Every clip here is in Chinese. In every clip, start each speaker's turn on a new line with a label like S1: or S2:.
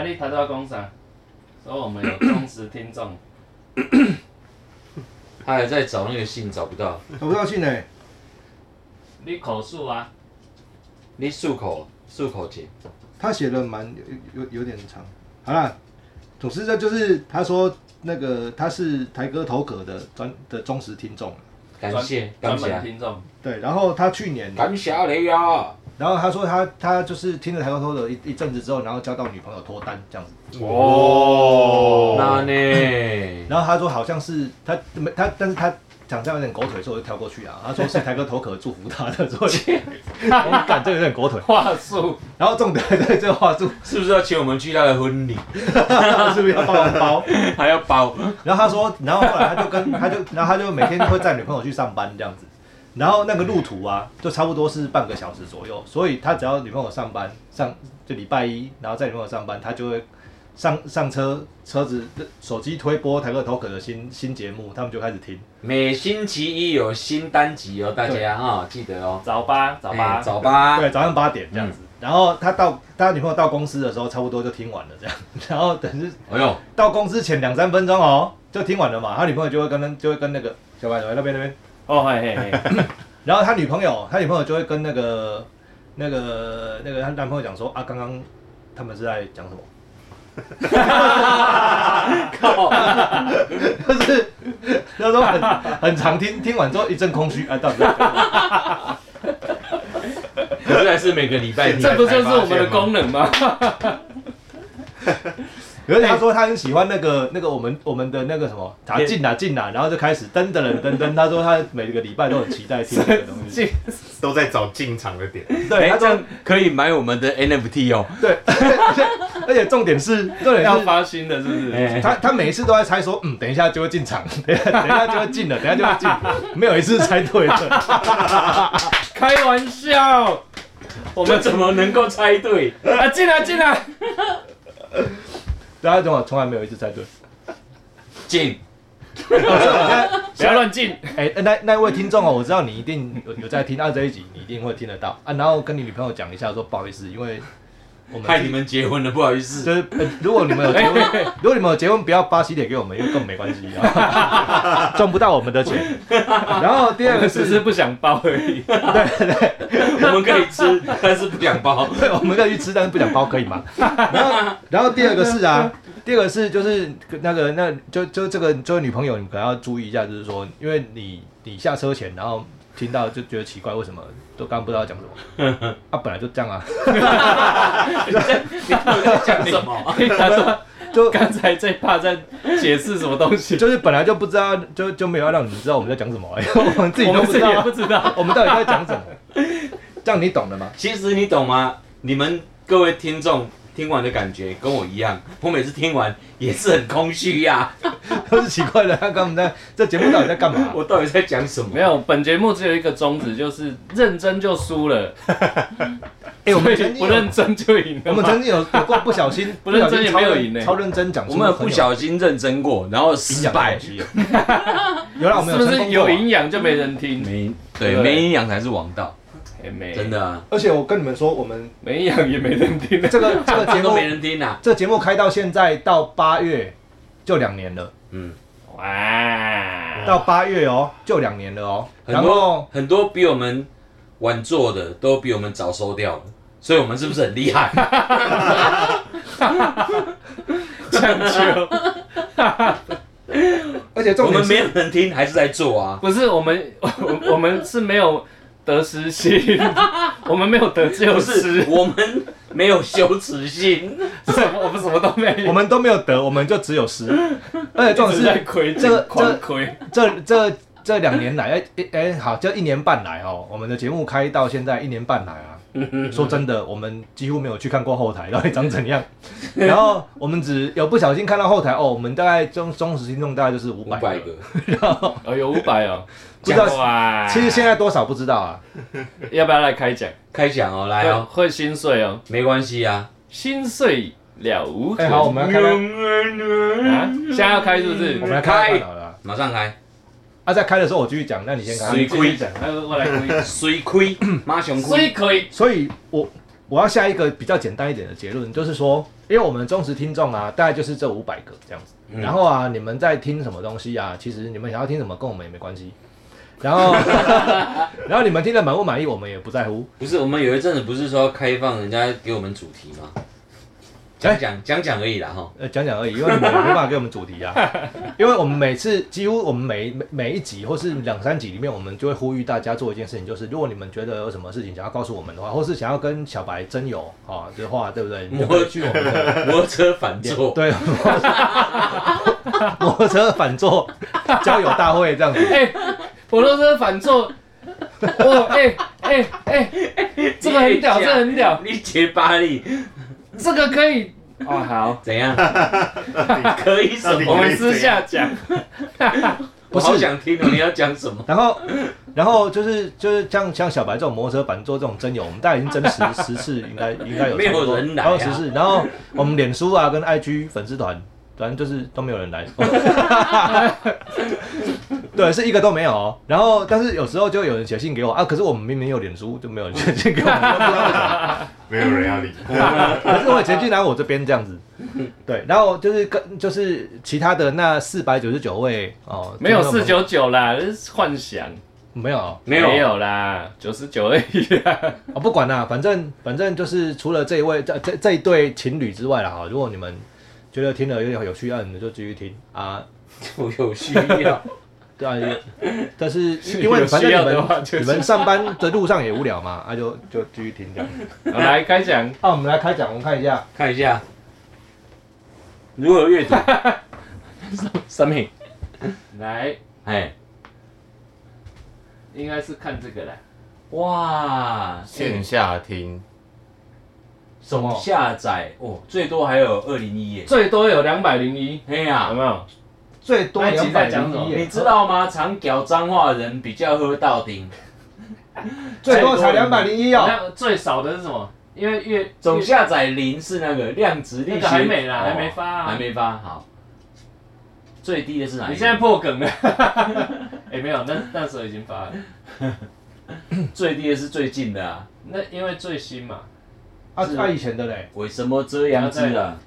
S1: 啊你头拄仔讲啥？说我们有忠实听众，
S2: 他还在找那个信，找不到。
S3: 找不到欸信呢，
S1: 你口述啊，
S2: 你漱口，漱口姐，
S3: 他写的蛮有有有点长。好啦，总之这就是他说那个他是台哥头壳的专的忠实听众，
S2: 感谢
S1: 专
S2: 感
S1: 专门
S2: 谢
S1: 听众，
S3: 对，然后他去年
S2: 感谢啊雷亚。
S3: 然后他说他他就是听了台湾脱的一一阵子之后，然后交到女朋友脱单这样子。
S2: 哦，那呢？
S3: 然后他说好像是他没他，但是他讲这样有点狗腿，所以我就跳过去啊。他说是台哥头壳祝福他的，所以 我感这有点狗腿。
S1: 话术
S3: 然后重点对这话术
S2: 是不是要请我们去他的婚 礼，
S3: 是不是要包红包？
S2: 还要包？
S3: 然后他说，然后后来他就跟他就然后他就每天会载女朋友去上班这样子。然后那个路途啊，就差不多是半个小时左右，所以他只要女朋友上班上就礼拜一，然后载女朋友上班，他就会上上车，车子手机推播台哥头壳的新新节目，他们就开始听。
S2: 每星期一有新单集哦，大家啊、记得哦。
S1: 早八早八
S2: 哎，早吧。
S3: 对，早上八点这样子。然后他到他女朋友到公司的时候，差不多就听完了这样。然后等是
S2: 哎呦，
S3: 到公司前两三分钟哦，就听完了嘛。他女朋友就会跟那就会跟那个小白小白哎那边那边，
S1: 哦嘿嘿嘿，
S3: 然后他女朋友他女朋友就会跟那个那个那个他男朋友讲说啊，刚刚他们是在讲什么？
S2: 靠！
S3: 就是那时候很很常听，听完之后一阵空虚，啊，到底在讲什么
S2: 可是还是每个礼拜天
S1: 这不就是我们的功
S2: 才
S1: 能吗？
S3: 可是他说他很喜欢那个那个我们我们的那个什么，啊进啊进啊，然后就开始噔噔噔噔噔。他说他每个礼拜都很期待听这个东西。
S4: 都在找进场的点。
S3: 对，
S2: 发现吗？
S3: 他
S2: 哎，这
S3: 说
S2: 样可以买我们的 NFT 哦。
S3: 对，而且而且重点是重点
S1: 要
S3: 是
S1: 发新的是不是？
S2: 哎，
S3: 他他每一次都在猜说，嗯，等一下就会进场，等一下等一下就会进了，等一下就会进，没有一次猜对的。
S1: 开玩笑，
S2: 我们怎么能够猜对？
S1: 啊进来进来，
S3: 对他从从来没有一次猜对。
S2: 进，
S1: 不要乱进，
S3: 哎、那那位听众哦，我知道你一定有有在听啊到这一集，你一定会听得到啊。然后跟你女朋友讲一下说，不好意思，因为我们
S2: 害你们结婚了，不好意思。
S3: 就是、呃如果你们有结婚，如果你们有结婚，不要发喜帖给我们，因为根本没关系啊， 赚不到我们的钱。然后第二个
S1: 只
S3: 是，
S1: 是不想包而已。
S2: 我们可以 吃，但是不想 包。
S3: 对，我们要去吃，但是不想包，可 以吗？然后，然后第二个是啊，第二个是就是那个那就就这个就是女朋友，你可能要注意一下，就是说，因为你你下车前，然后听到就觉得奇怪，为什么都刚刚不知道讲什么？ 啊，本来就这样啊，
S2: 你到底在讲什么？
S1: 他说
S3: 就
S1: 刚才这怕在解释什么东西，
S3: 就是本来就不知道，就就没有要让你知道我们在讲什么、哎，我们自己
S1: 我
S3: 都
S1: 们
S3: 不
S1: 自
S3: 知
S1: 己也
S3: 道
S1: 不知道。
S3: 我们到底在讲 什么，这样你懂了吗？
S2: 其实你懂吗？你们各位听众听完的感觉跟我一样，我每次听完也是很空虚呀、
S3: 都是奇怪的，他刚在 这节目到底在干嘛？
S2: 我到底在讲什么？
S1: 没有，本节目只有一个宗旨，就是认真就输了，
S3: 哎、我
S1: 所
S3: 们
S1: 以
S3: 曾经
S1: 不
S3: 有
S1: 认真就赢了
S3: 我
S1: 嘛。
S3: 们曾经有有过不小心，
S1: 不认真
S3: 小心
S1: 也没有
S3: 超认
S1: 赢呢
S3: 超认真讲出
S2: 我
S3: 很有，
S2: 们不小心认真过，然后失败，
S3: 营养的东西。有啦，我们
S1: 是不
S3: 有成
S1: 是
S3: 功过
S1: 有
S3: 啊
S1: 营养就没人听？
S2: 没对
S1: 对
S2: 没营养才是王道，
S1: 哎没
S2: 真的、啊，
S3: 而且我跟你们说，我们
S1: 没营养也没人听。
S3: 这个这个节
S2: 都
S3: 目
S2: 没，人听啊。
S3: 这节目开到现在到八月就两年了，
S2: 嗯，
S1: 哇，
S3: 到八月哦，就两年了哦。
S2: 很
S3: 然
S2: 多
S3: 后
S2: 很多比我们晚做的都比我们早收掉了，所以我们是不是很厉害？
S1: 讲究
S3: 而且重
S2: 我
S3: 点
S2: 们没
S3: 是，
S2: 有人听，还是在做啊。
S1: 不是我们， 我我们是没有得失 心，我们没有得
S2: 不
S1: 救
S2: 是
S1: 失，
S2: 我们没有羞耻心，
S1: 什么我们什么都没有，
S3: 我们都没有得，我们就只有 失。而且重
S1: 一直
S3: 点
S1: 在
S3: 是，
S1: 亏，
S3: 这个
S1: 狂亏，
S3: 这这这两年来，哎哎哎，好，这一年半来哦，我们的节目开到现在一年半来 啊。说真的，我们几乎没有去看过后台到底长怎样，然后我们只有不小心看到后台哦，我们大概忠忠实听众大概就是五
S2: 五
S3: 百
S2: 百个，
S1: 哦有五百哦，
S3: 不知道
S1: 哇，
S3: 其实现在多少不知道啊，
S1: 要不要来开奖？
S2: 开奖哦，来
S1: 会
S2: 哦，
S1: 会心碎哦，
S2: 没关系啊。
S1: 心碎了无
S3: 哎、
S1: 痕。
S3: 好，我们来看看，
S2: 嗯
S1: 啊，现在要开是不
S3: 我们
S1: 是？
S3: 来看看好了啊。
S2: 马上开，
S3: 啊，在开的时候我继续讲，那你先
S2: 水
S3: 开。
S2: 亏
S1: 奖，哎我来亏，
S2: 水亏， 马上
S1: 所
S2: 亏，
S1: 以可以
S3: 所以我我要下一个比较简单一点的结论，就是说，因为我们忠实听众啊，大概就是这五百个这样子。
S2: 嗯
S3: 然后啊，你们在听什么东西啊？其实你们想要听什么，跟我们也没关系。然后， 然后你们听得满不满意，我们也不在乎。
S2: 不是，我们有一阵子不是说要开放人家给我们主题吗？讲讲讲讲而已啦哈。
S3: 呃，讲讲而已，因为你们没办法给我们主题啊。因为我们每次几乎我们每每每一集或是两三集里面，我们就会呼吁大家做一件事情，就是如果你们觉得有什么事情想要告诉我们的话，或是想要跟小白真友啊、的话，对不对？你就可以去我们的
S2: 摩托车反
S3: 脸
S2: 坐，
S3: 对，摩托车 反坐交友大会这样子。
S1: 哎、摩托车反坐，哦，哎哎哎，这个很屌，这个很屌，
S2: 你结巴力
S1: 这个可以。哦，好，
S2: 怎样？可以什
S1: 我
S2: 么？
S1: 们私下讲。
S2: 我
S3: 不
S2: 好
S3: 是
S2: 想听哦，你要讲什么？
S3: 然后，然后就是就是像像小白这种摩托车反坐这种真友，我们大概已经真实 十次，应该应该有
S2: 没有
S3: 差不多
S2: 人来
S3: 然后
S2: 啊
S3: 十次，然后我们脸书啊跟 IG 粉丝团，反正就是都没有人来。 对，是一个都没有哦。然后，但是有时候就有人写信给我啊，可是我们明明有脸书，就没有人写信给我， 我都不知道为什么。
S4: 没有人要理。
S3: 可是我钱进来我这边这样子，对，然后就是跟就是其他的那四百九十九位哦，
S1: 没有
S3: 听众
S1: 四
S3: 朋友
S1: 九九啦，这是幻想，
S3: 没有哦，
S2: 没有
S1: 啦，九十九而已 啦。
S3: 不管啦，反正反正就是除了这一位这这这一对情侣之外啦，哈，如果你们觉得听了有点有趣，啊，你们就继续听啊，
S2: 我有需要。
S3: 对啊，也但是因为反
S1: 有
S3: 正你
S1: 需要的话
S3: 们
S1: 就是
S3: 你们上班的路上也无聊嘛，啊就就继续听这样。
S1: 好来开讲，
S3: 啊，我们来开讲，我们看一下，
S2: 看一下如何阅读。三品，
S1: 来，
S2: 哎，
S1: 应该是看这个啦。
S2: 哇，
S4: 线下听，
S3: 什么
S2: 下载哦，最多还有二零一耶。
S1: 最多有两百零一，
S2: 哎
S1: 有
S2: 呀，
S1: 没有？
S3: 最多
S1: 那一集
S3: 两百
S1: 在讲
S3: 零
S1: 什么
S3: 一
S2: 你
S3: 页，
S2: 知道吗？常屌脏话的人比较喝到顶，
S3: 最多才
S2: 最
S3: 两
S2: 多
S3: 百零一哦
S1: 好。像最少的是什么？因为月
S2: 总下载零是那个量子力
S1: 那
S2: 学，
S1: 个还没啦，
S2: 哦
S1: 还没发啊，
S2: 还没发好。最低的是哪一个？
S1: 你现在破梗了， 哎、没有，那那时候已经发了。
S2: 最低的是最近的啊？
S1: 那因为最新嘛，
S3: 啊
S2: 是
S3: 啊以前的嘞，
S2: 为什么这样子啊？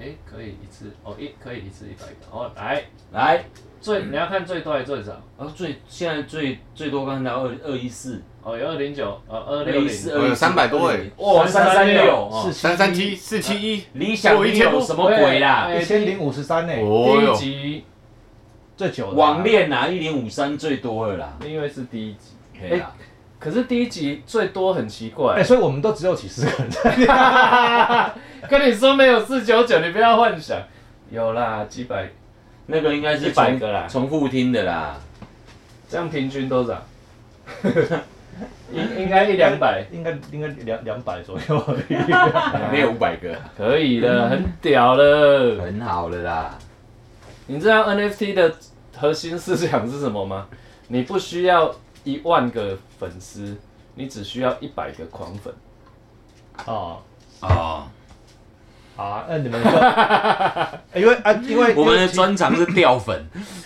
S1: 哎、可以一次哦，一可以一次一百个哦。来，
S2: 来，
S1: 最你要看最多还是最少？
S2: 哦，最现在最最多看到二二一四，
S1: 哦，有二零九，呃，二
S2: 二
S1: 六
S2: 一
S1: 零
S2: 四，
S4: 我
S2: 二
S4: 有
S2: 一
S4: 300多哎
S2: 哇，三三六，
S3: 四
S2: 哦
S4: 三三七四七一，
S2: 理想
S4: 我
S2: 你
S4: 一千
S2: 有
S4: 多
S2: 什么鬼啦
S1: 哎？
S3: 一千零五十三呢，
S4: 哦
S1: 第一
S4: 哟，
S1: 集，
S3: 最久的啊
S2: 网恋啊，一零五三最多了啦。
S1: 因为是第一集，
S2: 对啦，
S1: 可是第一集最多很奇
S3: 哎、
S1: 怪。
S3: 所以我们都只有几十个人在。
S1: 跟你说没有四九九，你不要幻想。有啦，几百，
S2: 那个应该是
S1: 一百
S2: 重
S1: 个啦
S2: 重复听的啦。
S1: 这样平均多少？ 应应该一两百，
S3: 应该应该两两百左右而已。
S2: 没有五百个，
S1: 可以了，很屌了。
S2: 很好了啦。
S1: 你知道 NFT 的核心思想是什么吗？你不需要一万个粉丝，你只需要一百个狂粉。
S3: 哦，
S2: 哦，
S3: 好啊，那你们就，因为啊，因为
S2: 我们的专长是掉粉，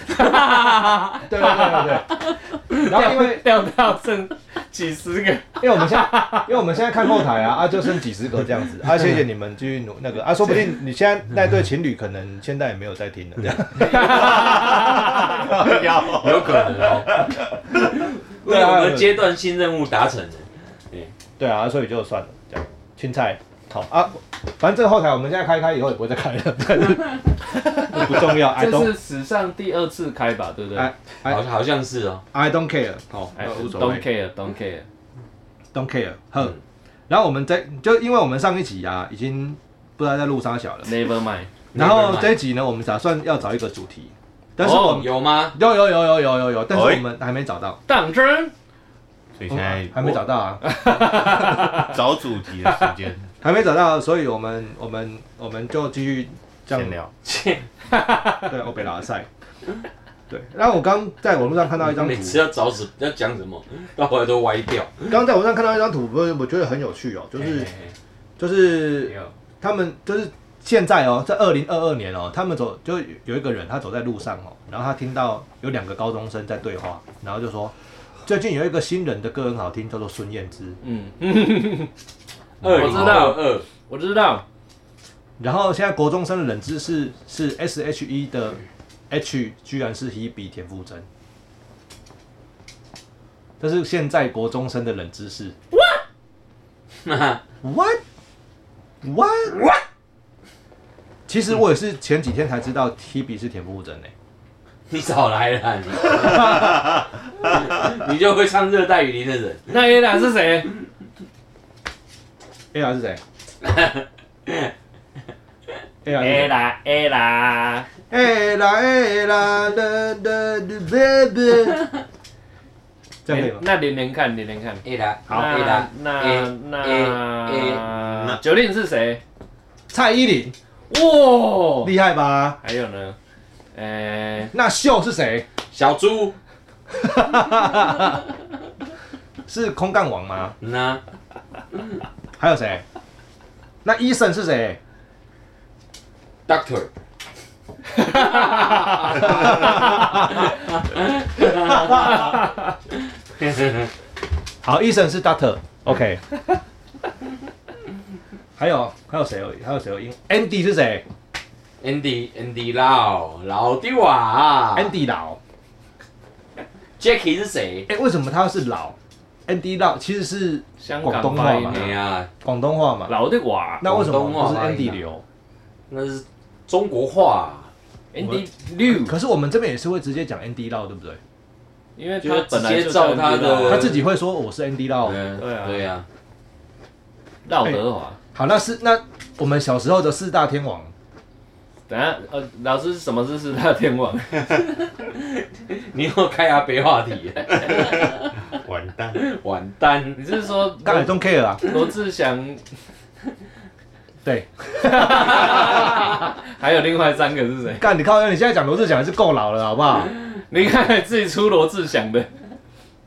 S3: 对对对对对。然后因为
S1: 掉到剩几十个，
S3: 因为我们现在因为我们现在看后台啊啊就剩几十个这样子啊，谢谢你们继续努那个啊，说不定你现在那对情侣可能现在也没有在听了这样。
S4: 哎要
S2: 有可能 哦。因为我
S3: 对
S2: 们
S3: 啊
S2: 阶段性任务达成了，
S3: 对啊，所以就算了这样。青菜好啊，反正这个后台我们现在开一开以后也不会再开了，但是不重要。I
S1: 这
S3: don't
S1: 是史上第二次开吧，对不对
S3: I
S2: 好好像是哦。
S3: I don't care，好，
S1: 哎
S3: 无所谓
S1: ，Don't。care，Don't care。
S3: Don't care，哼、
S2: 嗯
S3: 然后我们在就因为我们上一集啊，已经不知道在录啥小了。
S1: Never mind，
S3: 然后
S2: Never mind
S3: 这一集呢，我们打算要找一个主题，但是我们、
S2: 哦有吗？
S3: 有有有有有有有，但是我们还没找到，
S1: 当真
S4: 所以现在
S3: 还没找到啊，
S4: 找主题的时间，
S3: 还没找到，所以我们我们我们就继续这样
S4: 闲聊。
S3: 对欧北拉塞。对，然后我刚在网络上看到一张图
S2: 每，次要找什要讲什么，到后来都歪掉。
S3: 刚在网络上看到一张图，不是我觉得很有趣哦，就是
S2: 哎
S3: 就是他们就是现在哦，在二零二二年哦，他们走就有一个人，他走在路上哦，然后他听到有两个高中生在对话，然后就说最近有一个新人的歌很好听，叫做孙燕姿。
S1: 嗯，
S2: 二零
S1: 我知道
S2: 二
S1: 我知道，
S3: 然后现在国中生的冷知识是 S H E 的 H 居然是 Hebe 田馥甄，这是现在国中生的冷知识。What what what？其实我也是前几天才知道 Hebe 是田馥甄欸诶。
S2: 你少来了你， 你就会唱热带雨林的人。
S1: 那 A 娜是谁？
S3: A R 是谁
S1: A
S3: ？A 是谁
S1: 啦 A 啦，
S3: A 啦 A 啦啦啦 baby，这样可以吗？
S1: 那连连看，连连看。
S2: A 哎啦，
S1: 好
S2: ，A 啦，哎
S1: 那
S2: A-
S1: 那
S2: A-
S1: 那九令是谁？
S3: 蔡依林
S1: 哇！
S3: 厉害吧？
S1: 还有呢？哎，
S3: 那秀是谁？
S2: 小猪，
S3: 是空干王吗？
S2: 那
S3: 还有谁？那 Eason 是谁？
S2: Doctor，
S3: 好，Eason 是 Doctor，OK。还有还有谁有还有谁有英？Andy 是谁
S2: Andy Andy Lau 老弟哇
S3: ？Andy 老。
S2: Jackie 是谁？
S3: 哎，为什么他是老？Andy 老其实是
S1: 香
S3: 广
S1: 港
S3: 东
S1: 发
S3: 话
S1: 音
S3: 嘛
S2: 哎
S1: 啊，
S2: 呀，
S3: 广东话嘛？
S1: 老的哇
S3: 那为什么
S2: 广东话
S3: 不是
S2: 吧
S3: Andy
S2: 应该
S3: 刘？
S2: 那是中国话，啊
S1: ，Andy Liu，
S3: 可是我们这边也是会直接讲 Andy 绕，对不对？
S1: 因为
S2: 就是
S1: 他本来
S2: 直
S1: 就
S2: 接
S1: 叫
S2: 照他
S1: Andy
S2: 的
S1: 绕
S3: 他自己会说我是 Andy 绕。
S2: 嗯
S1: 对啊
S2: 对呀，
S1: 绕德华。
S3: 好，那是那我们小时候的四大天王，
S1: 等下，呃，老师什么是四大天王？
S2: 你又开阿北话题了，
S4: 完蛋，
S2: 完蛋，
S1: 你是说
S3: 当然
S1: 罗
S3: don't care 啊。
S1: 罗志祥，
S3: 对，
S1: 还有另外三个是谁？
S3: 干你靠腰，你现在讲罗志祥还是够老了，好不好？
S1: 你看自己出罗志祥的，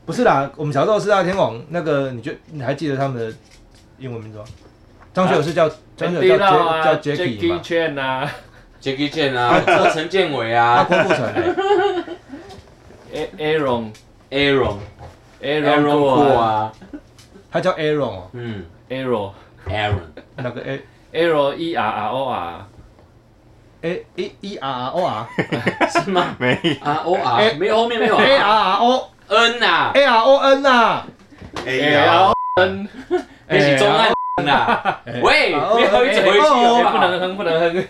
S3: 不是啦，我们小时候四大天王那个，你就你还记得他们的英文名字吗？张学友是叫张学
S1: Andy
S3: 友叫
S1: Lau 啊
S3: Jack- 叫 Jacky
S1: ，Jackie
S3: 嘛？
S1: Chan 啊，
S2: Jackie Chan 啊，或陈建伟
S3: 啊，
S2: 啊
S3: 郭富城欸
S1: A- Aaron
S2: ，Aaron
S1: Aaron
S2: Aaron
S1: 哎过
S2: 过
S1: 啊
S2: 啊，
S3: 他叫 Aaron 哦，
S2: 嗯
S1: Aaron
S2: ，Aaron
S3: 那个 A
S1: Aaron E R R O R
S3: A A E R R O R
S2: 是吗？
S4: 没
S2: 啊 O
S3: 哎啊
S2: R 没有后面没有
S3: A
S2: R
S3: R R O
S2: N 啊，
S3: A R O N 啊呐，
S4: 哎呀，
S1: N，
S2: 那是 中
S3: 哎
S2: 汉 N 啊，喂，
S3: 哦
S2: 不要一直回去好
S3: 哦
S1: 哎
S2: 不
S1: 不
S2: 好？
S1: 能哼，不能哼，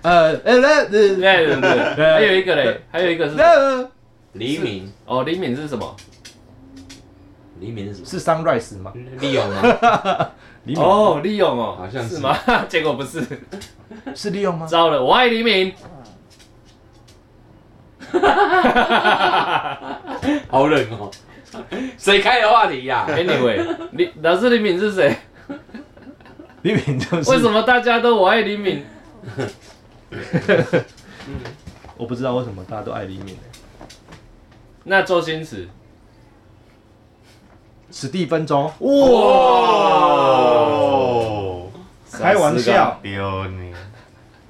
S3: 呃呃呃呃
S1: 对对对，还有一个嘞，还有一个是
S3: 呃，
S2: 黎明，
S1: 哦，李敏是什么？
S2: 黎明是什
S3: 是 Sunrise 吗？
S2: 么？ 利用啊，
S3: 李敏
S1: 哦，李勇哦，
S2: 好像是
S1: 是吗？ 结果不是，
S3: 是利用吗？
S1: 糟了，我爱李敏，
S2: 好冷哦， 谁开的话题呀？
S1: Anyway，李老师李敏是谁？
S3: 李敏就是
S1: 为什 么大家都我爱李敏？
S3: 嗯我不知道为什么大家都爱李敏、欸、
S1: 那周星驰，
S3: 史蒂芬周，
S4: 哦，
S3: 开玩
S4: 啊
S3: 笑，
S4: 丢你，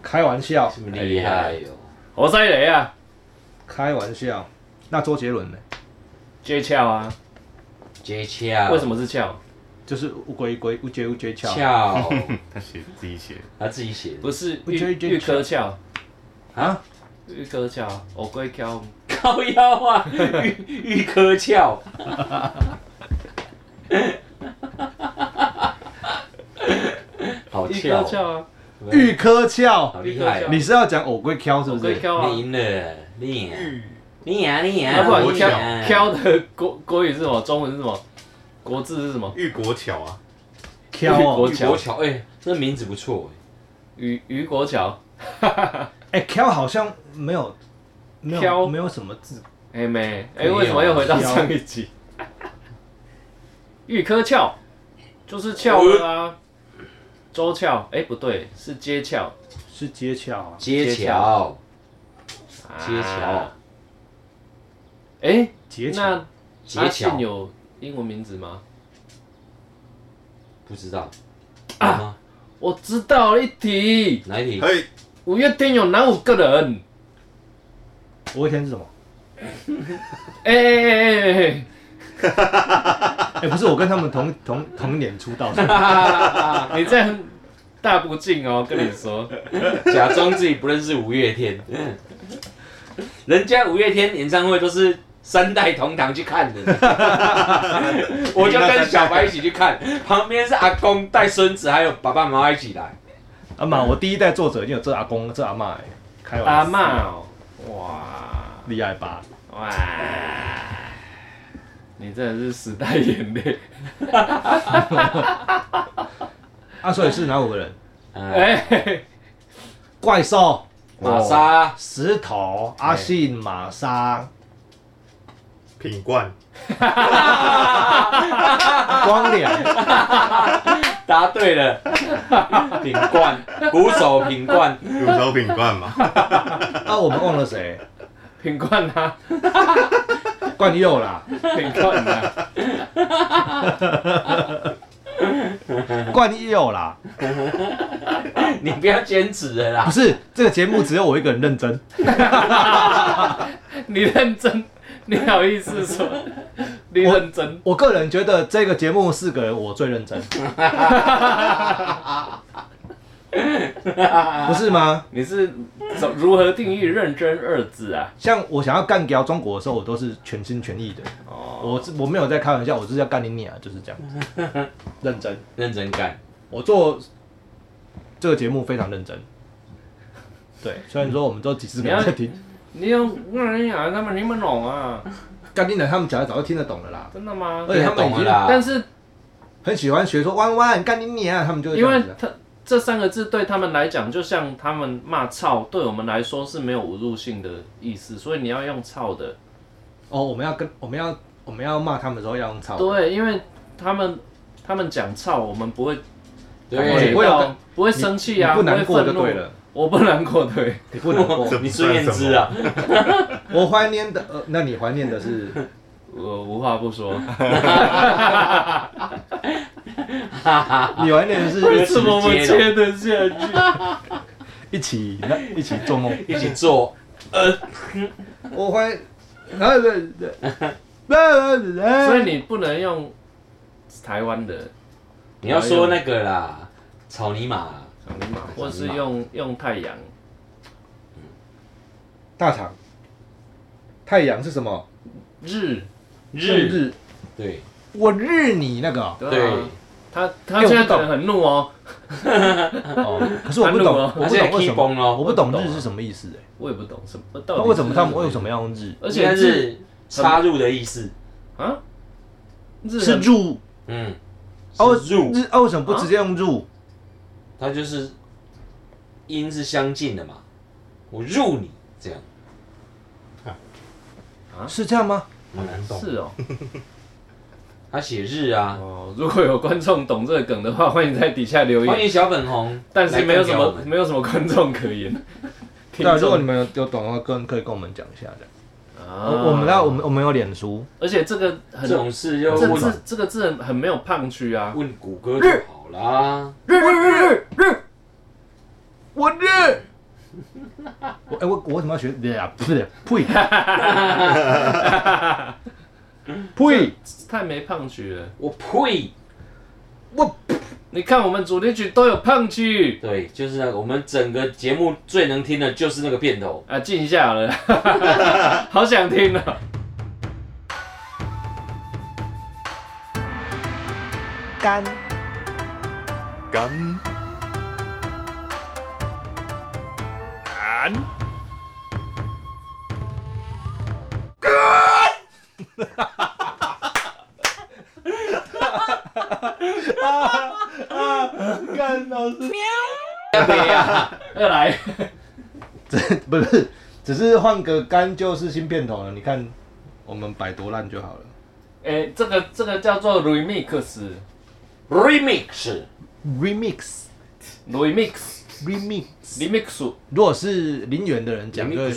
S3: 开玩笑，
S2: 厉害哦哟，
S1: 侯赛雷啊
S3: 开玩笑。那周杰伦呢？
S1: ，J 俏啊，
S2: 接洽，
S3: 啊
S1: 为什么是俏？
S3: 就是乌龟龟乌龟乌龟翘，
S2: 翘？
S4: 他写自己写，
S2: 他自己写的，
S1: 不是
S3: 我
S1: 玉
S3: 觉得 J
S1: 玉科俏
S2: 啊，
S1: 玉科俏，我龟壳，
S2: 靠腰啊， 玉玉科 翘，好
S1: 玉科
S2: 翘，
S1: 俏啊，
S3: 玉科翘。
S2: 好厉害哦，
S3: 你是要讲偶龟翘是
S1: 我
S3: 不
S1: 龟
S3: 是？
S1: 壳啊
S2: 你，赢了，你赢了，你赢啊，你赢
S1: 啊
S2: 啊，
S1: 不然
S4: 我
S2: 你
S1: 挑
S2: 赢
S4: 想
S3: 哎
S2: 啊
S1: 挑的国国语是什么？中文是什么？国字是什么？
S4: 玉国桥啊，
S3: 翘哦，
S2: 玉国桥，哎，这名字不错哎
S1: 于于国桥，
S3: 哎，翘好像没有没有
S1: 翘
S3: 没有什么字，
S1: 哎妹，
S2: 没
S1: 哎
S3: 啊
S2: 有
S1: 为什么又回到
S3: 挑
S1: 上一集？玉科俏，就是俏了啊。周俏，哎不对，是街俏，
S3: 是接翘啊
S2: 哎，。接
S1: 接
S2: 桥，
S1: 街桥
S2: 接桥。
S1: 啊哎，
S3: 接翘
S1: 那阿
S2: 接
S1: 信
S2: 桥，
S1: 有英文名字吗？
S2: 不知道啊哎吗？
S1: 我知道了一题，
S2: 哪一题？
S4: 嘿，
S1: 五月天有哪五个人？
S3: 五月天是什么？
S1: 哎哎哎哎哎，
S3: 哎、不是我跟他们同 同同年出 道，
S1: 哎你这样大不敬哦，跟你 说，
S2: 假装自己不认识五月天。 人家五月天演唱会都是三代同堂去看的， 我就跟小白一起去看，旁边是阿公带孙子，还有爸爸妈妈一起来。
S3: 阿啊妈，我第一代作者一定有这阿公这阿妈、欸，开玩笑，
S1: 阿妈哦，哇
S3: 厉害吧？
S1: 哇，你真的是时代眼泪，
S3: 啊，所以是哪五个人？
S2: 哎，
S1: 哎、嘿嘿
S3: 怪兽、
S2: 玛莎，
S3: 石头、阿信、玛莎、
S4: 品冠，
S3: 光良，
S2: 答对了，品冠，鼓手品冠，
S4: 有时候品冠 嘛，
S3: 啊，我们忘了谁？
S1: 品冠啊，
S3: 冠佑啦，
S1: 品冠 啊，
S3: 冠佑啦，
S2: 你不要坚持了
S3: 不
S2: 啦，
S3: 是这个节目只有我一个人认真，
S1: 你认真，你好意思说，你认真，
S3: 我个人觉得这个节目四个人我最认真，不是吗？
S1: 你是怎如何定义“认真”二字啊？
S3: 像我想要干掉中国的时候，我都是全心全意的，
S1: 哦，
S3: 我是我没有在开玩笑，我就是要干你娘，就是这样子，认真。
S2: 认真干。
S3: 我做这个节目非常认真。对，虽然说我们都几十个人在听，
S1: 你用那人讲他们听不懂啊，
S3: 干定的他们讲的早就听得懂了啦，
S1: 真的吗？
S3: 而且他们已
S2: 听得懂
S3: 经
S2: 了啦
S1: 但是
S3: 很喜欢学说弯弯干你娘啊，他们就会
S1: 因
S3: 这样
S1: 为
S3: 子啊。
S1: 他这三个字对他们来讲，就像他们骂“操”，对我们来说是没有侮辱性的意思，所以你要用“操”的。
S3: 哦，我们要跟我们要我们要骂他们的时候要用操，
S1: 对，因为他们他们讲“操”，我们不会
S3: 对
S1: 不，
S2: 对
S3: 我
S1: 会
S3: 有
S1: 到不会生气啊，
S3: 你不难过
S1: 会
S3: 就
S1: 愤怒
S3: 对。了，
S1: 我不难过，对，
S3: 你不难
S4: 哦
S3: 过。
S2: 你孙燕姿啊，
S3: 我怀念的，呃，那你怀念的是
S1: 我无话不 说。
S3: 你怀念的是
S1: 为什么我接得下去？
S3: 一起那一起做梦。
S2: 一起做，
S3: 我怀，然 后
S1: 所
S3: 所
S1: 以你不能用台湾的，
S2: 你要说那个啦，草泥马啦，
S1: 或是用用太阳。
S3: 大厂太阳是什么？
S1: 日，
S2: 日，
S3: 日，
S2: 对
S3: 我日你那 个哦、
S1: 对啊
S2: 对，
S1: 他他
S3: 哎我不
S1: 现在可
S3: 懂
S1: 能很怒哦，
S2: 哦，
S3: 可是我不懂，
S1: 他
S3: 我
S1: 录
S3: 不
S2: 而且
S3: 懂为
S2: key
S3: 什么，
S2: 崩咯，
S3: 我不懂日是什么意思哎、
S1: 我也不懂什么到
S3: 那
S1: 底
S3: 为什么他们为
S1: 为
S3: 什么要用日？
S1: 而
S2: 应
S1: 且
S2: 该
S1: 日
S2: 是插入的意思，
S1: 啊，日
S3: 是
S1: 很
S3: 入
S2: 嗯，
S3: 哦
S2: 是入，
S3: 日哦，为什
S1: 啊
S3: 么不直接用入？
S2: 它就是音是相近的嘛，我入你这样，
S1: 啊
S3: 是这样吗？
S4: 好难懂，
S1: 是哦。
S2: 他写日啊，
S1: 哦，如果有观众懂这个梗的话，欢迎在底下留
S2: 欢
S1: 言。
S2: 迎小粉红，
S1: 但是没有什
S2: 来干掉我
S1: 么
S2: 们
S1: 没有什么观众可 言，听
S3: 对啊，如果你
S1: 众
S3: 们有有懂的话，跟可以跟我们讲一下的。
S1: 啊
S3: 我我们要我们我们有脸书，
S1: 而且这个很
S2: 这种事要
S1: 这
S2: 问
S1: 字这个字很没有胖区啊，
S2: 问谷歌就好啦，
S3: 日日日日日，我日。我哎、我我为什么要学？对啊，不是 呸呸，
S1: 太没胖区了。
S2: 我呸，
S3: 我
S1: 你看我们主题曲都有胖区
S2: 对，就是那个我们整个节目最能听的就是那个片头，
S1: 啊，静一下好了， 好想听啊。
S3: 干
S4: 干
S3: 干老 师。
S1: 再啊来，
S3: 不是，只是换个干就是新片头了。你看，我们摆多烂就好了。
S1: 哎，这个这个叫做 remix
S2: remix，
S3: Remix
S1: remix
S3: remix，
S1: remix，
S3: 如果是零元的人讲就
S2: Remix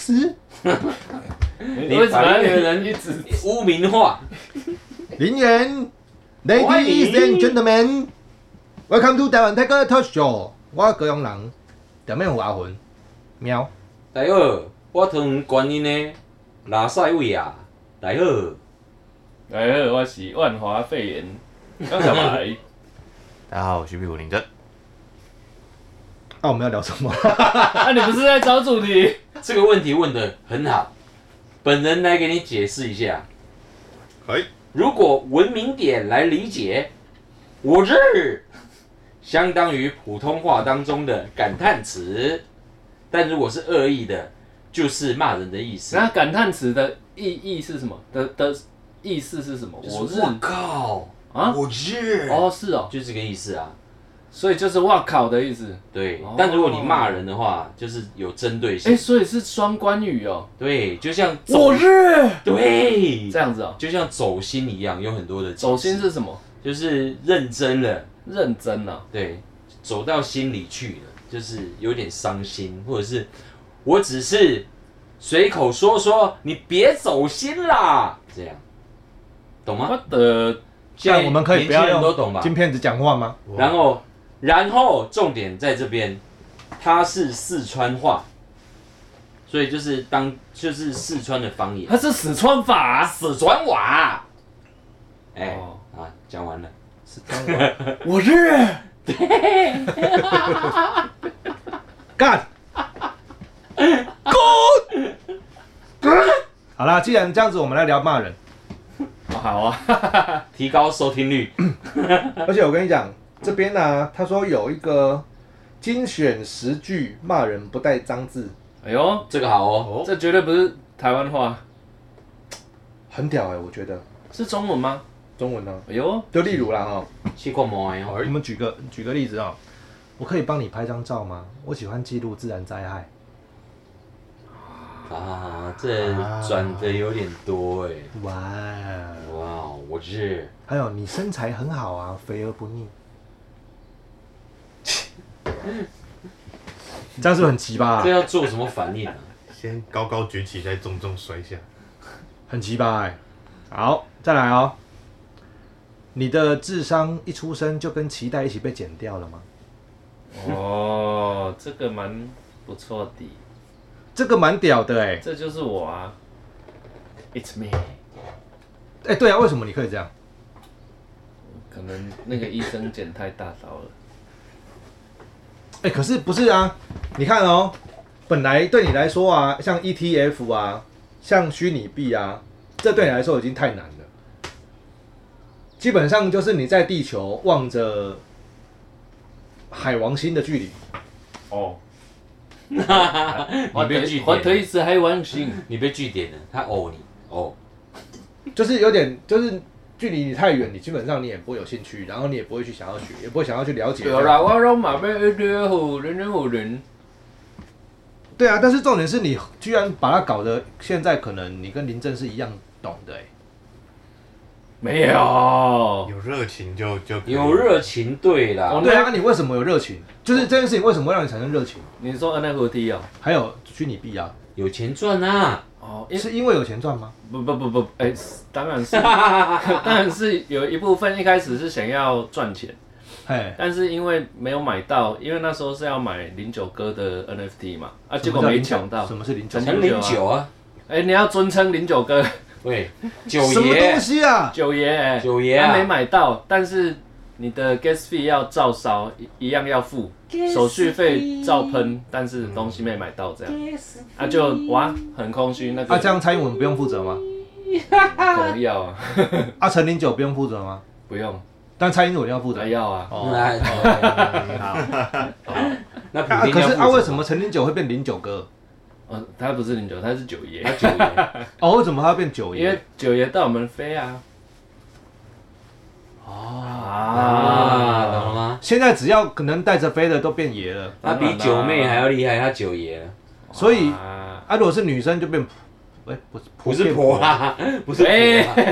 S3: 是 remix，
S1: 你为什么要有人一 直
S2: 污名化，
S3: 零元
S2: 爱你
S3: ，Ladies and Gentlemen，Welcome to 台湾 Tiger Talk Show，我高阳人，表面有阿魂，喵，
S2: 大家好，我同观音的拉塞维亚，大家好，
S1: 大家哎好，我是万华肺炎刚小白。
S4: 大家好，我是屁股林真。
S3: 那、哦我们要聊什 么？
S1: 啊，你不是在找主题？
S2: 这个问题问的很好，本人来给你解释一下。
S4: 嘿，
S2: 如果文明点来理解，我日，相当于普通话当中的感叹词，但如果是恶意的，就是骂人的意思。
S1: 那感叹词的意义是什么？的的意思是什么？我
S2: 就是
S1: 日
S2: 我靠
S1: 啊
S2: 我日哦，
S1: 哦，是哦，
S2: 就这个意思啊。
S1: 所以就是哇靠的意思。
S2: 对
S1: 哦，
S2: 但如果你骂人的话，就是有针对
S1: 哎、
S2: 性。
S1: 所以是双关语哦。
S2: 对，就像走
S1: 我日
S2: 对
S1: 这，样子哦。
S2: 就像走心一样，有很多的
S1: 走心
S2: 解释
S1: 是什么？
S2: 就是认真了。
S1: 认真啊。
S2: 对，走到心里去了，就是有点伤心，或者是我只是随口说说，你别走心啦，这样，懂吗？
S1: 我的
S3: 这样我们可以不
S2: 现在年轻
S3: 要
S2: 人都懂
S3: 用
S2: 吧？
S3: 金片子讲话吗？
S2: 然后，然后重点在这边，它是四川话，所以就是当就是四川的方言，
S3: 哦
S1: 他是死穿法、啊。
S2: 四川话。哎、
S1: 哦
S2: 啊，讲完了。
S1: 我 日，
S3: 干滚，好啦，既然这样子，我们来聊骂人。
S1: 哦好啊。
S2: 提高收听率，
S3: 而且我跟你讲，这边呢、他说有一个精选十句骂人不带脏字，
S1: 哎呦，
S2: 这个好哦。
S4: 哦，
S1: 这绝对不是台湾话，
S3: 很屌哎、我觉得
S1: 是中文吗？
S3: 中文呢、
S1: 哎呦，
S3: 就例如啦哈、
S2: 去过摩哎哦，
S3: 嗯我们举个举个例子啊、我可以帮你拍张照吗？我喜欢记录自然灾害，
S2: 啊，这转的有点多哎、
S3: 哇
S2: 哇哦，我是
S3: 还有你身材很好啊，肥而不 腻，这样是不是很奇葩、啊
S2: 这？要做什么反应啊？
S4: 先高高举起，再重重摔下。
S3: 很奇葩哎、好，再来哦。你的智商一出生就跟脐带一起被剪掉了吗？
S1: 哦，这个蛮不错的，
S3: 这个蛮屌的哎、欸、
S1: 这就是我啊，It's me。
S3: 哎、对啊，为什么你可以这样？
S1: 可能那个医生剪太大刀了，
S3: 哎、可是不是啊？你看哦，本来对你来说啊，像 ETF 啊，像虚拟币啊，这对你来说已经太难了。基本上就是你在地球望着海王星的距离，
S1: 哦，
S2: 你被拒
S1: 我
S2: 点
S1: 的
S2: 了，
S1: 意思还玩心，
S2: 你被拒点了，他哦你哦，
S3: 就是有点就是距离你太远，你基本上你也不会有兴趣，然后你也不会去想要学，也不会想要去了解。
S1: 有啦，我拢嘛要一堆好啊人人好人，
S3: 对啊，但是重点是你居然把它搞得现在可能你跟林正是一样懂的、欸，
S1: 没有，
S4: 有热情就就可以
S2: 有热情对啦
S1: 哦，
S3: 对啊，那你为什么有热情？就是这件事情为什么会让你产生热情？
S1: 你说 NFT 哦，
S3: 还有虚拟币啊，
S2: 有钱赚啊，
S1: 哦，因
S3: 是因为有钱赚吗？
S1: 不不不不，哎，当然 是，当然是有一部分一开始是想要赚钱，
S3: 哎，
S1: 但是因为没有买到，因为那时候是要买零九哥的 NFT 嘛，啊，结果没抢到
S3: 什。么是零九？
S1: 陈
S3: 什么
S2: 陈
S1: 零
S2: 零
S1: 九
S2: 九啊，
S1: 哎、你要尊称零九 哥
S2: 喂，九
S3: 是零九什么
S2: 爷
S3: 东，西啊？
S1: 九爷、哎
S2: 九爷啊
S1: 他没买到，但是你的 gas fee 要照烧，一一样要付，手续费照喷，但是东西没买到这样，啊就哇很空虚，那个
S3: 啊，这样蔡英文不用负责吗？
S1: 可能要啊，
S3: 啊，陈零九不用负责吗？
S1: 不用，
S3: 但蔡英文要负责
S1: 还。要啊，
S3: 哦，
S2: 那那
S3: 啊，
S2: 普丁
S3: 可
S2: 要负
S3: 是
S2: 责
S3: 啊，为什么陈零九会变零九哥？
S1: 嗯、他不是零九，他是九爷
S2: 他，九爷？
S3: 哦，为什么他要变九
S1: 因为
S3: 爷？
S1: 九爷带我们飞啊，
S3: 哦
S2: 啊，懂
S1: 啊，
S2: 了吗？
S3: 现在只要可能带着飞的都变爷了，
S2: 他比九妹还要厉害，他九爷了，
S3: 所以
S1: 啊
S3: 啊，如果是女生就变婆，哎，不是
S2: 不是婆，啦，不是
S1: 哎、
S2: 婆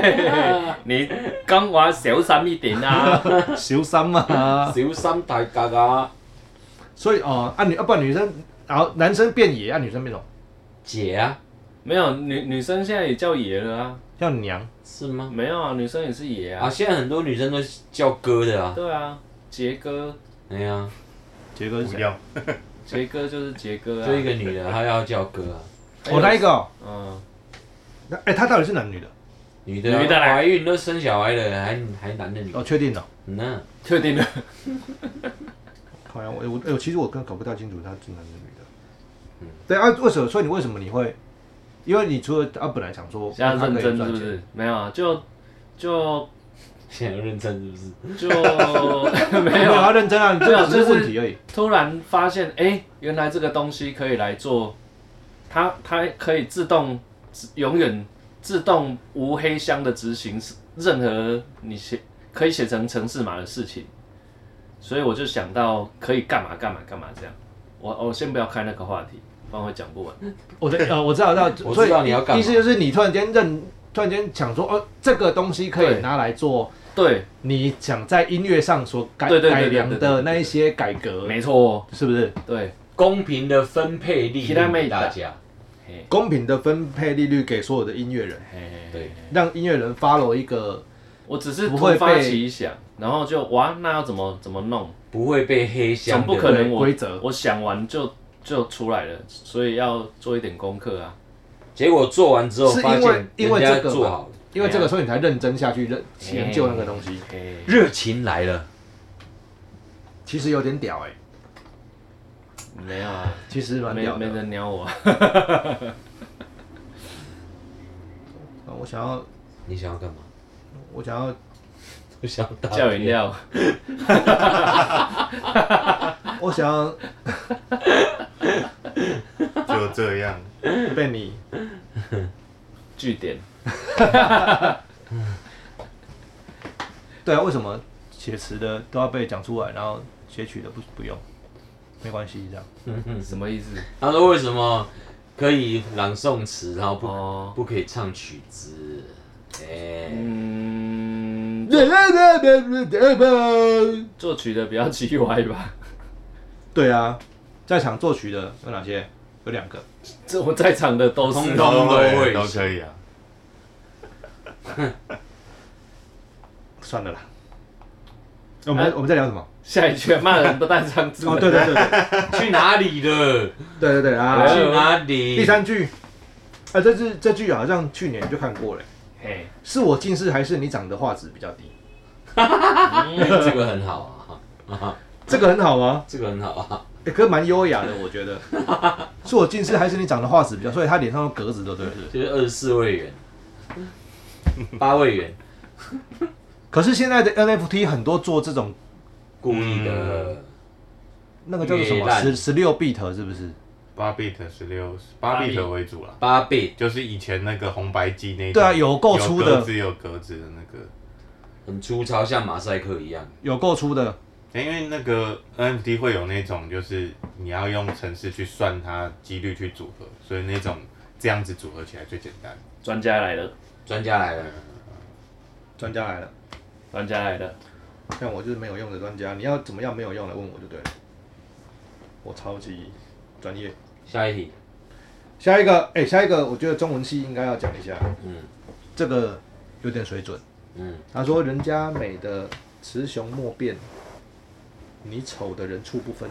S2: 啦，
S1: 你讲话小心一点啊！
S3: 变小三嘛。
S2: 小心大家啊，
S3: 所以哦，啊女啊，不然女生，然后男生变爷，啊女生变什么？
S2: 姐啊，
S1: 没有女女生现在也叫爷了啊？
S3: 叫娘。
S2: 是吗？
S1: 没有啊，女生也是爷
S2: 啊，
S1: 啊。
S2: 现在很多女生都叫哥的啊。
S1: 对啊，杰哥，
S2: 哎呀，
S3: 杰哥是
S4: 不
S3: 谁？
S4: 要
S1: 杰哥就是杰哥啊。
S2: 就一个女的，她要叫哥啊。
S1: 还有
S3: 哦，那一个哦，
S1: 嗯，
S3: 那哎，他到底是男女的？
S2: 女的啊
S1: 女的啦
S2: 怀孕都生小孩了，还还男的女
S3: 哦，
S2: 的？
S3: 确定了。
S2: 嗯呐，
S1: 确定了，
S3: 好像我我我其实我刚搞不太清楚他是男是女的。对啊，为什么？所以你为什么你会？因为你除了啊，本来想说
S1: 现在
S3: 他
S1: 认
S3: 可以
S1: 真
S3: 赚
S1: 是不
S3: 钱
S1: 是？没有啊，就就
S2: 现在有认真是不是？
S1: 就
S3: 没
S1: 没
S3: 有
S1: 有
S3: 要
S1: 啊，
S3: 认真啊，你这
S1: 没有
S3: 只
S1: 就是
S3: 是问题而已。
S1: 突然发现，哎、原来这个东西可以来做，它它可以自动自永远自动无黑箱的执行任何你写可以写成城市码的事情，所以我就想到可以干嘛干嘛干嘛这样。我我先不要开那个话题，不然会讲不完。
S3: 我的呃，我知道，我知道，
S2: 我
S3: 所以
S2: 知道你要干嘛
S3: 意思就是你突然间认，突然间想说，哦，这个东西可以
S1: 对
S3: 拿来做
S1: 对，
S3: 你想在音乐上所改
S1: 对对对
S3: 改
S1: 对对
S3: 良
S1: 对对
S3: 的
S1: 对
S3: 那一些改革，
S1: 没错，
S3: 是不是？
S1: 对，
S2: 公平的分配利益
S1: 其他妹
S2: 给
S1: 子啊
S2: 大家，
S1: 嘿，
S3: 公平的分配利率给所有的音乐人，
S1: 嘿嘿，
S2: 对，
S3: 让音乐人 follow 一个
S1: 我只是
S3: 不
S1: 突
S3: 会
S1: 发
S3: 被
S1: 奇想，然后就哇，那要怎么怎么弄？
S2: 不会被黑箱
S1: 总
S2: 的。
S1: 不可能我
S3: 规则
S1: 我想完就就出来了，所以要做一点功课啊。
S2: 结果做完之后
S3: 是因为
S2: 发现
S3: 因为
S2: 人家
S3: 这个吧
S2: 做好了，
S3: 因为这个，
S1: 哎呀哎
S3: 所以你才认真下去认研究那个东西，
S1: 嘿
S2: 热情来了，
S3: 其实有点屌哎、欸，
S1: 没有啊，
S3: 其实蛮
S1: 没
S3: 屌
S1: 没
S3: 的。
S1: 人鸟 我啊。
S3: 啊我想要，
S2: 你想要干嘛？
S3: 我想要，
S2: 我想要打
S1: 叫饮料，
S3: 我想要
S4: 就这样。
S3: 被你
S1: 据点。
S3: 对啊，为什么写词的都要被讲出来，然后写曲的不不用？没关系，这样。
S1: 什么意思？
S2: 他说为什么可以朗诵词，然后
S3: 嗯
S2: 不、
S1: 哦
S2: 不可以唱曲子？哎、
S1: 嗯，作曲的比较奇歪 吧？
S3: 对啊，在场作曲的有哪些？有两个。
S1: 这我在场的都是
S2: 通通都会
S4: 都可以啊。
S3: 算了啦。我们、我们在聊什么？
S1: 下一句骂人不带脏字。
S3: 啊哦，对对对对
S2: 去哪里了？
S3: 对对对
S1: 哎
S3: 啊！
S2: 去哪里？
S3: 第三句，啊，这句这句好像去年就看过了、
S1: 嘿，
S3: 是我近视还是你长的画质比较低？
S1: 嗯
S2: 这个很好啊，啊
S3: 这个很好吗？
S2: 这个很好啊，
S3: 欸、可是蛮优雅的，我觉 得。是我近视还是你长的画质比较？所以他脸上有格子的，对不对？
S2: 就是二十四位 元，八位元，
S3: 可是现在的 NFT 很多做这种
S2: 故意
S3: 嗯
S2: 的。
S3: 那个叫做什
S2: 越
S3: 么
S2: 烂
S3: 十十六 bit 是不是？
S4: 八 bit 十六，八
S1: 8bit
S4: bit 为主啦，
S2: 八倍
S4: 就是以前那个红白机那种
S3: 对啊，有够粗
S4: 有
S3: 的
S4: 格，子有格子的那个。
S2: 很粗糙，像马赛克一样。
S3: 有够粗的，
S4: 因为那个 NFT 会有那种，就是你要用程式去算它几率去组合，所以那种这样子组合起来最简单。
S1: 专家来了，
S2: 专家来了，
S3: 专家来了。
S1: 专家来了，
S3: 像我就是没有用的专家，你要怎么样没有用来问我就对了。我超级专业。
S2: 下一题，
S3: 下一个，哎、下一个，我觉得中文系应该要讲一下，
S2: 嗯
S3: 这个有点水准。
S2: 嗯，
S3: 他说：“人家美的雌雄莫辨，你丑的人畜不分。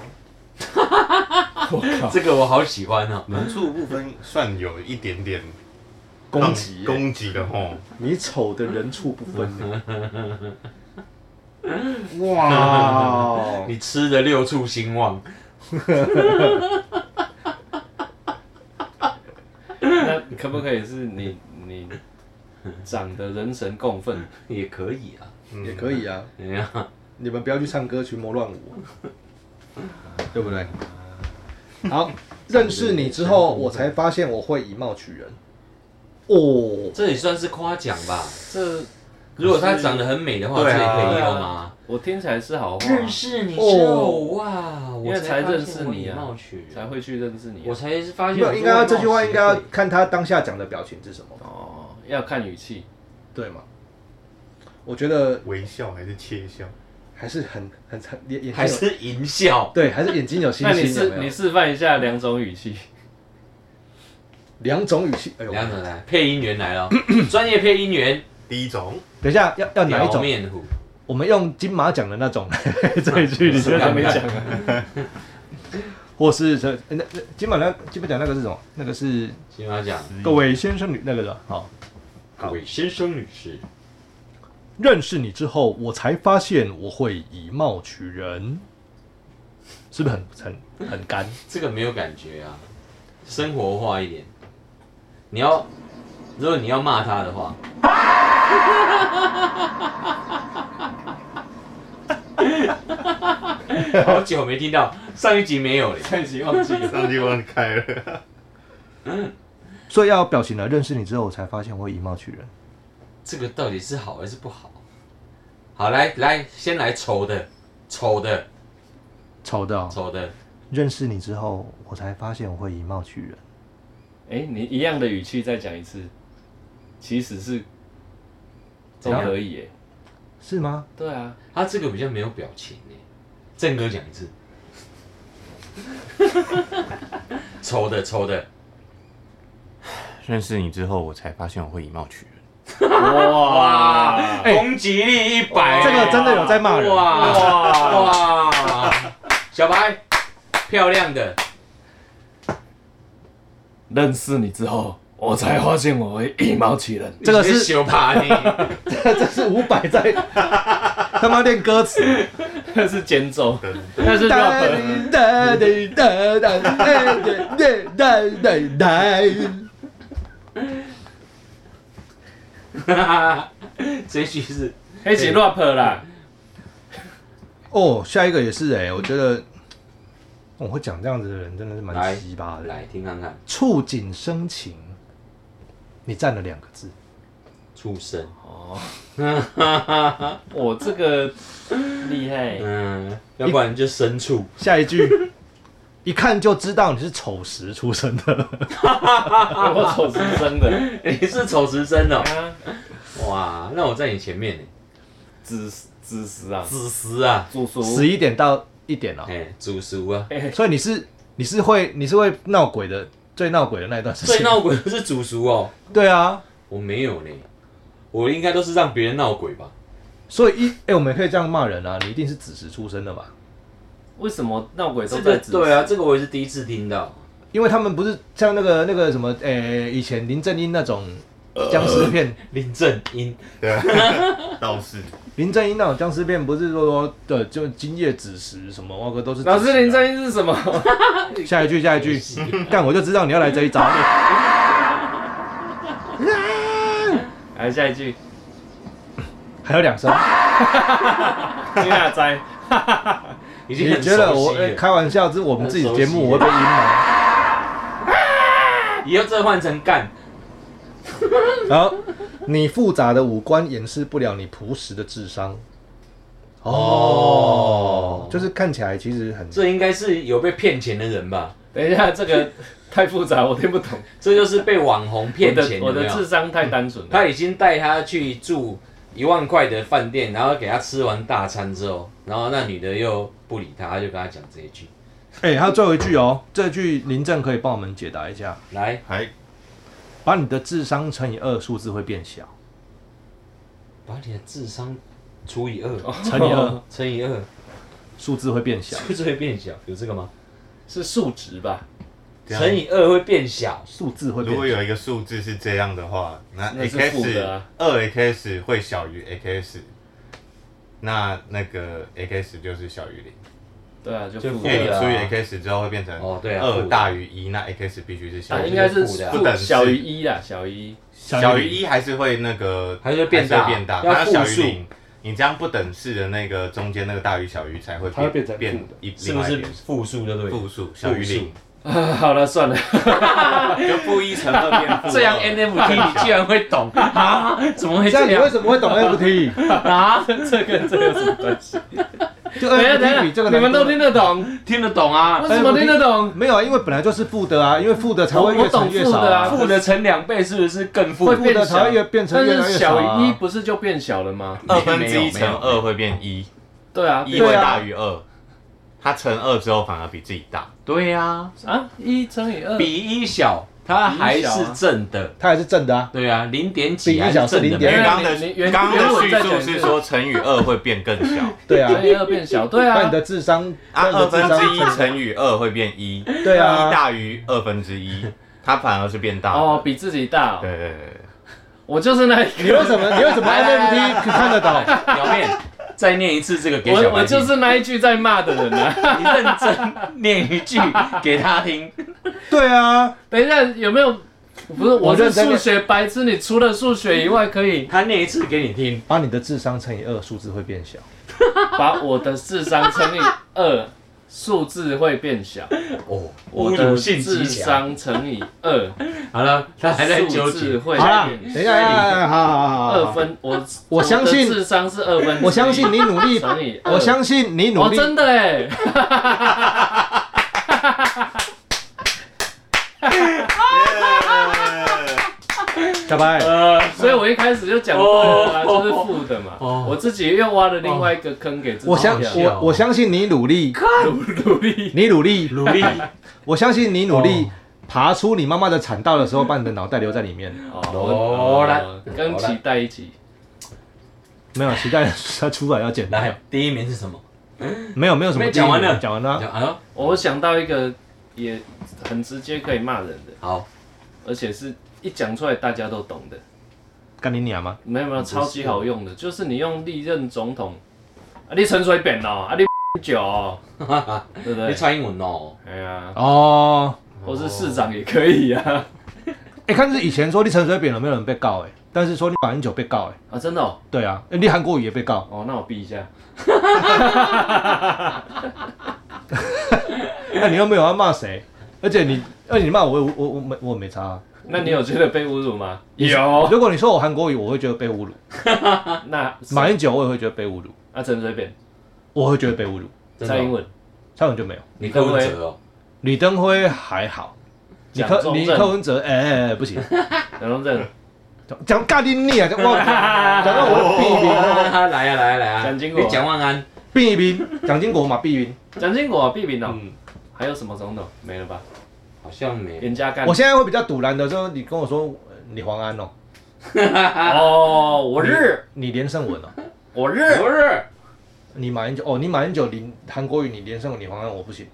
S2: 这个我好喜欢哦。
S4: 人数部分算有一点点
S3: 攻击耶、
S4: 攻击的吼，
S3: 你丑的人畜不分耶。哇！
S2: 你吃的六畜兴旺，
S1: 那可不可以是你你长得人神共愤？
S2: 也可以啊。
S4: 嗯
S3: 也可以啊，
S2: 哎呀，
S3: 你们不要去唱歌群魔乱舞，啊对不对？好，认识你之后，我才发现我会以貌取人。哦，
S2: 这也算是夸奖吧。
S1: 这
S2: 如果她长得很美的话，这
S4: 对
S2: 也
S4: 啊
S2: 可以用啊。
S1: 我听起来是好话，啊
S2: 识你
S3: 之后
S2: 哦哇，
S1: 因为才认识你
S2: 我
S1: 啊，才会去认识你、
S2: 我
S1: 啊。
S2: 才发
S3: 没
S2: 现我
S3: 有，
S2: 是
S3: 应该要
S2: 外貌
S3: 这句话
S2: 协
S3: 应该要
S2: 会
S3: 看他当下讲的表情是什么，
S1: 哦，要看语气，
S3: 对吗？我觉得
S4: 微笑还是窃笑？
S3: 还是很很很眼眼
S2: 还
S3: 睛有
S2: 是淫笑，
S3: 对，还是眼睛有星
S1: 那你
S3: 星，有
S1: 示
S3: 没
S1: 你
S3: 有？
S1: 示范一下两种语气，
S3: 两种语气，哎呦，
S2: 两种来，配音员来了，专业配音员，
S4: 第一种，
S3: 等一下要要哪一
S2: 表
S3: 种？
S2: 面虎，
S3: 我们用金马奖的那 种这一句，你
S2: 是
S3: 先
S2: 啊
S1: 还没讲啊。
S3: 或是这那那金马那金马奖那个是什么？那个是
S2: 金马奖，嗯
S3: 哦各位先生女那个的，好，好
S2: 各位先生女士，
S3: 认识你之后，我才发现我会以貌取人，是不是很很很干？
S2: 这个没有感觉啊，生活化一点。你要，如果你要骂他的话，好久没听到，上一集没有嘞。
S1: 太极忘记了。
S4: 上帝忘开 了，
S3: 所以要有表情了。认识你之后，我才发现我会以貌取人。
S2: 这个到底是好还是不好？好，来来，先来丑的，丑的，
S3: 丑的、哦，
S2: 丑的，
S3: 认识你之后，我才发现我会以貌取人。
S1: 哎，你一样的语气再讲一次，其实是都可以耶。
S3: 是吗？
S1: 对啊，
S2: 他这个比较没有表情呢。郑哥讲一次，丑的，丑的，
S4: 认识你之后，我才发现我会以貌取人。
S1: 哇，
S3: 哎
S2: 攻击力一百，啊
S3: 哦这个真的有在骂人。
S2: 哎哇哇哇！小白，漂亮的，
S1: 认识你之后，我才发现我会以貌取人。
S3: 这个是
S2: 你小爬你，
S3: 这是五百在 他妈练歌词，
S1: 那是肩奏，那是 rap。
S3: 哒哒哒哒哒哒哒哒
S2: 这句是
S1: 黑起 rap 啦，
S3: 哦，下一个也是哎、我觉得我、会讲这样子的人真的是蛮
S2: 来
S3: 鸡巴的。
S2: 来听看看，
S3: 触景生情，你占了两个字，
S2: 畜生，
S1: 我哦这个厉 害。
S2: 嗯，要不然就牲畜，
S3: 下一句 一看就知道你是丑时出生的。
S1: 我丑是真的，
S2: 你哎是丑时生哦，
S1: 啊，
S2: 哇，那我在你前面呢，
S1: 子时子时啊，
S2: 子时啊，
S1: 祖叔，
S3: 十一点到一点哦、
S2: 哎，子时啊，
S3: 所以你是你是会你是会闹鬼的，最闹鬼的那一段时间。
S2: 最闹鬼的是主熟哦，
S3: 对啊，
S2: 我没有呢，我应该都是让别人闹鬼吧，
S3: 所以一哎、我们可以这样骂人啊，你一定是子时出生的吧？
S1: 为什么闹鬼
S2: 这
S1: 都
S2: 个
S1: 在子时？
S2: 对啊，这个我也是第一次听到，
S3: 因为他们不是像那个那个什么，呃、以前林正英那种僵尸片，
S2: 林正英，
S4: 对啊，倒是
S3: 林正英那种僵尸片不是说说的就今夜子时什么，哇哥都是、
S1: 老师林。正英是 什么？
S3: 下一句，下一句，干我就知道你要来这一招。
S1: 来下一句，
S3: 还有两声，
S1: 你哪在？
S2: 已经
S3: 你
S2: 很
S3: 觉得
S2: 熟
S3: 我、
S2: 悉
S3: 呃
S2: 了。
S3: 开玩笑，这是我们自己的节目，
S2: 很熟悉
S3: 我会被阴吗？
S2: 以后这换成干，
S3: 然后你复杂的五官掩饰不了你朴实的智商。哦，就是看起来其实很
S2: 这应该是有被骗钱的人吧？
S1: 等一下，这个太复杂，我听不懂。
S2: 这就是被网红骗
S1: 我
S2: 钱
S1: 的
S2: 有
S1: 我
S2: 没
S1: 的智
S2: 有？
S1: 商太单纯了。
S2: 他已经带他去住一万块的饭店，然后给他吃完大餐之后，然后那女的又不理他，他就跟他讲这一句：
S3: 哎、还有最后一句哦，这句林正可以帮我们解答一下。
S2: 来，
S4: 还
S3: 把你的智商乘以二，数字会变小。
S2: 把你的智商除以二，
S3: 乘 以二，
S2: 乘以二，
S3: 数字会变小。
S2: 数字会变小，有这个吗？
S1: 是数值吧？
S4: 这样
S2: 乘以二会变小，
S3: 数字会
S4: 如果
S3: 变小。
S4: 有一个数字是这样的话，那
S1: 那
S4: x
S1: 是负的啊
S4: 二 x 会小于 x，那那个 x 就是小于零，
S1: 对啊，就
S2: 就
S1: 负
S4: 因为
S2: 负
S4: 你
S1: 的
S2: 的
S1: 啊。
S4: 除以 x 之后会变成
S2: 哦对啊负
S4: 二
S2: 的
S4: 大于一，那 x 必须是小
S1: 啊，
S4: 于
S1: 应
S4: 零。
S1: 该是
S2: 负的啊
S1: 负
S4: 不等式
S1: 小于一啦，小于一。
S4: 小于一还是会那个，
S2: 还是会变大
S4: 还是会变大，
S2: 要
S4: 它
S2: 复
S4: 小于
S2: 数
S4: 零。你这样不等式的那个中间那个大于小于才会
S3: 它会变成
S4: 变
S3: 负的
S4: 一
S2: 是
S4: 另
S2: 不
S4: 外一
S2: 是
S4: 边
S2: 复数对不对？
S4: 复数小于
S2: 复数
S4: 零，
S1: 啊好了，算了，
S4: 就负一乘二变负 二。
S2: 这样 NFT 你居然会懂啊？怎么会
S3: 这
S2: 这
S3: 样你为
S2: 样
S3: 什么会懂 FT？
S2: 啊？
S1: 这跟这有什么关 系？
S3: 就
S1: 等一下，等
S3: FT 比
S1: 一
S3: 这
S1: 下，
S3: 个
S1: 你
S3: 难
S1: 们
S3: 多
S1: 都听得懂？
S2: 听得懂啊
S1: 为？什么听得懂？
S3: 没有啊？因为本来就是负的啊，因为负的才会
S1: 我
S3: 越
S1: 我懂
S3: 乘越少
S1: 负的啊
S2: 负的乘两倍是不是更负
S1: 会？
S3: 负的才会越变成
S1: 但
S3: 越来越
S1: 是
S3: 少
S1: 小
S3: 啊。
S1: 于一不是就变小了吗？
S4: 二分之一
S2: 没有没有
S4: 乘二会变一，
S1: 对啊，
S4: 一
S1: 对
S4: 会
S3: 啊
S4: 大于二，它乘二之后反而比自己大。
S2: 对呀、
S1: 啊，一乘以二，
S2: 比一小，啊它还是正的。
S3: 它还是正的啊。
S2: 对啊，零点几还
S3: 比一小是
S2: 正的
S4: 因
S1: 对
S4: 为
S1: 啊
S2: 没。
S4: 刚刚的
S1: 你原
S4: 刚刚
S1: 原
S4: 的
S1: 文
S4: 叙
S1: 再讲
S4: 述
S1: 一
S4: 是
S1: 次
S4: 说乘以二会变更 小，
S3: 对啊
S1: 乘，以二变小，对
S3: 把你
S1: 啊，
S3: 的智商，把
S4: 啊，
S3: 你的
S4: 二
S3: 智
S4: 分
S3: 商
S4: 之一乘以二会变一，
S3: 对
S4: 一
S3: 啊，
S4: 大于二分之一，它反而是变大的。
S1: 哦，比自己大哦，
S4: 对对对对，
S1: 我就是那一
S3: 你为什么你为什么
S2: 来来来
S3: NFT 看得懂？
S2: 表面再念一次这个给
S1: 我
S2: 小
S1: 我
S2: 白听，
S1: 就是那一句在骂的人啊。
S2: 你认真念一句给他听。
S3: 对啊，
S1: 等一下有没有？不是，我是
S3: 认真
S1: 数学白痴，你除了数学以外，可以
S2: 他念一次给你听，
S3: 把你的智商乘以二，数字会变小。
S1: 把我的智商乘以二，数字会变 小。
S2: 哦，
S1: 我
S2: 侮
S1: 的
S2: 辱性
S1: 智
S2: 极强。
S1: 商乘以 二，
S2: 好了，他还在
S1: 数
S2: 纠
S1: 字
S2: 结。
S1: 会
S3: 好啦，
S1: 变
S3: 等一下，哎好好好好，
S1: 二，分。我
S3: 我相信
S1: 的智商是二分，
S3: 我相信你努力，
S1: 乘以二，
S3: 我相信你努
S1: 哦，
S3: 力，
S1: 真的哎，
S3: 小白，
S2: 呃，
S1: 所以我一开始就讲过了啊，
S2: 哦
S1: 就是负的嘛
S2: 哦。
S1: 我自己又挖了另外一个坑给自己
S3: 我相
S1: 跳，
S2: 好笑
S3: 我啊
S2: 哦
S3: 我相信你努力，
S1: 努努力。
S3: 你努力，
S2: 努力，
S3: 我相信你努力
S2: 哦，
S3: 爬出你妈妈的产道的时候，把你的脑袋留在里面。
S2: 好啦
S1: 哦，我跟期待一起。
S3: 没有，期待它出来要 简单。
S2: 来，第一名是什么？
S3: 没有，没有什么
S2: 没
S3: 第一
S2: 讲完
S3: 名
S2: 了
S3: 讲完
S2: 啊，
S3: 了啊。
S2: 啊
S1: 我想到一个也很直接可以骂人的，
S2: 好，
S1: 而且是一讲出来大家都懂的，
S3: 干你娘吗？
S1: 没有没有超级好用的，就是你用历任总统，啊你陈水扁哦，啊 你九哦，对不
S2: 你
S1: 对？
S2: 蔡英文哦，
S1: 哎呀，
S3: 哦，
S1: 或是市长也可以
S2: 哦
S1: 啊，
S3: 哎，看是以前说你陈水扁有没有人被告？哎，但是说你马英九被告，哎，
S1: 啊真的哦，
S3: 对啊，你韩国瑜也 被告。
S1: 哦那我避一下，
S3: 那你又没有要骂谁，而且你，而且你骂我，我我我没我没差啊。
S1: 那你有觉得被侮辱吗？
S2: 啊
S1: 有，
S3: 如果你说我韩国语，我会觉得被侮辱；
S1: 那
S3: 马英九，我也会觉得被侮辱，
S1: 啊陈水扁、
S3: 我会觉得被侮辱。
S2: 真的哦
S1: 蔡英，文、
S3: 蔡文就没有，
S2: 你柯文 哲哦，
S3: 李登辉还好，你
S1: 蒋
S3: 柯
S1: 中
S3: 你
S1: 正
S3: 柯文哲，哎、哎哎不行，
S1: 梁中
S2: 嗯
S1: 正、
S3: 讲讲干你你啊，讲我 讲到我的弊病，
S2: 哦来呀来呀来呀，
S1: 蒋经国
S2: 你蒋万安，
S3: 弊病，蒋经国嘛弊病。
S1: 蒋经国、毕炳哦，
S3: 嗯，
S1: 还有什么总统没了吧？
S2: 好像没，
S1: 严家淦
S3: 我。现在会比较堵然的，就是你跟我说呃你黄安哦，
S1: 哦，我日，
S2: 嗯
S3: 你连胜文哦，
S1: 我日，
S2: 不是，
S3: 你马英九哦，你马英九，你韩国瑜，你连胜文，你黄安，我不行。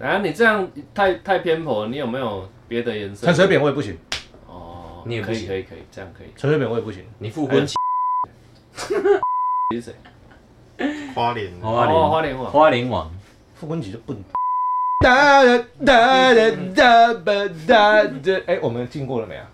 S1: 啊，你这样太太偏颇，你有没有别的颜色？
S3: 陈水扁我也不行，
S1: 哦，
S2: 你也
S1: 可
S2: 不
S1: 以
S2: 行
S1: 可以可以，这样可以。
S3: 陈水扁我也不行。
S2: 你复婚妻
S1: 你是谁？
S4: 花莲
S2: 花
S1: 哦，花
S2: 莲
S1: 莲王。
S2: 花莲王，
S3: 傅昆萁就 笨。哒哒哒哒哒哒哒，哎，我们进过了没啊？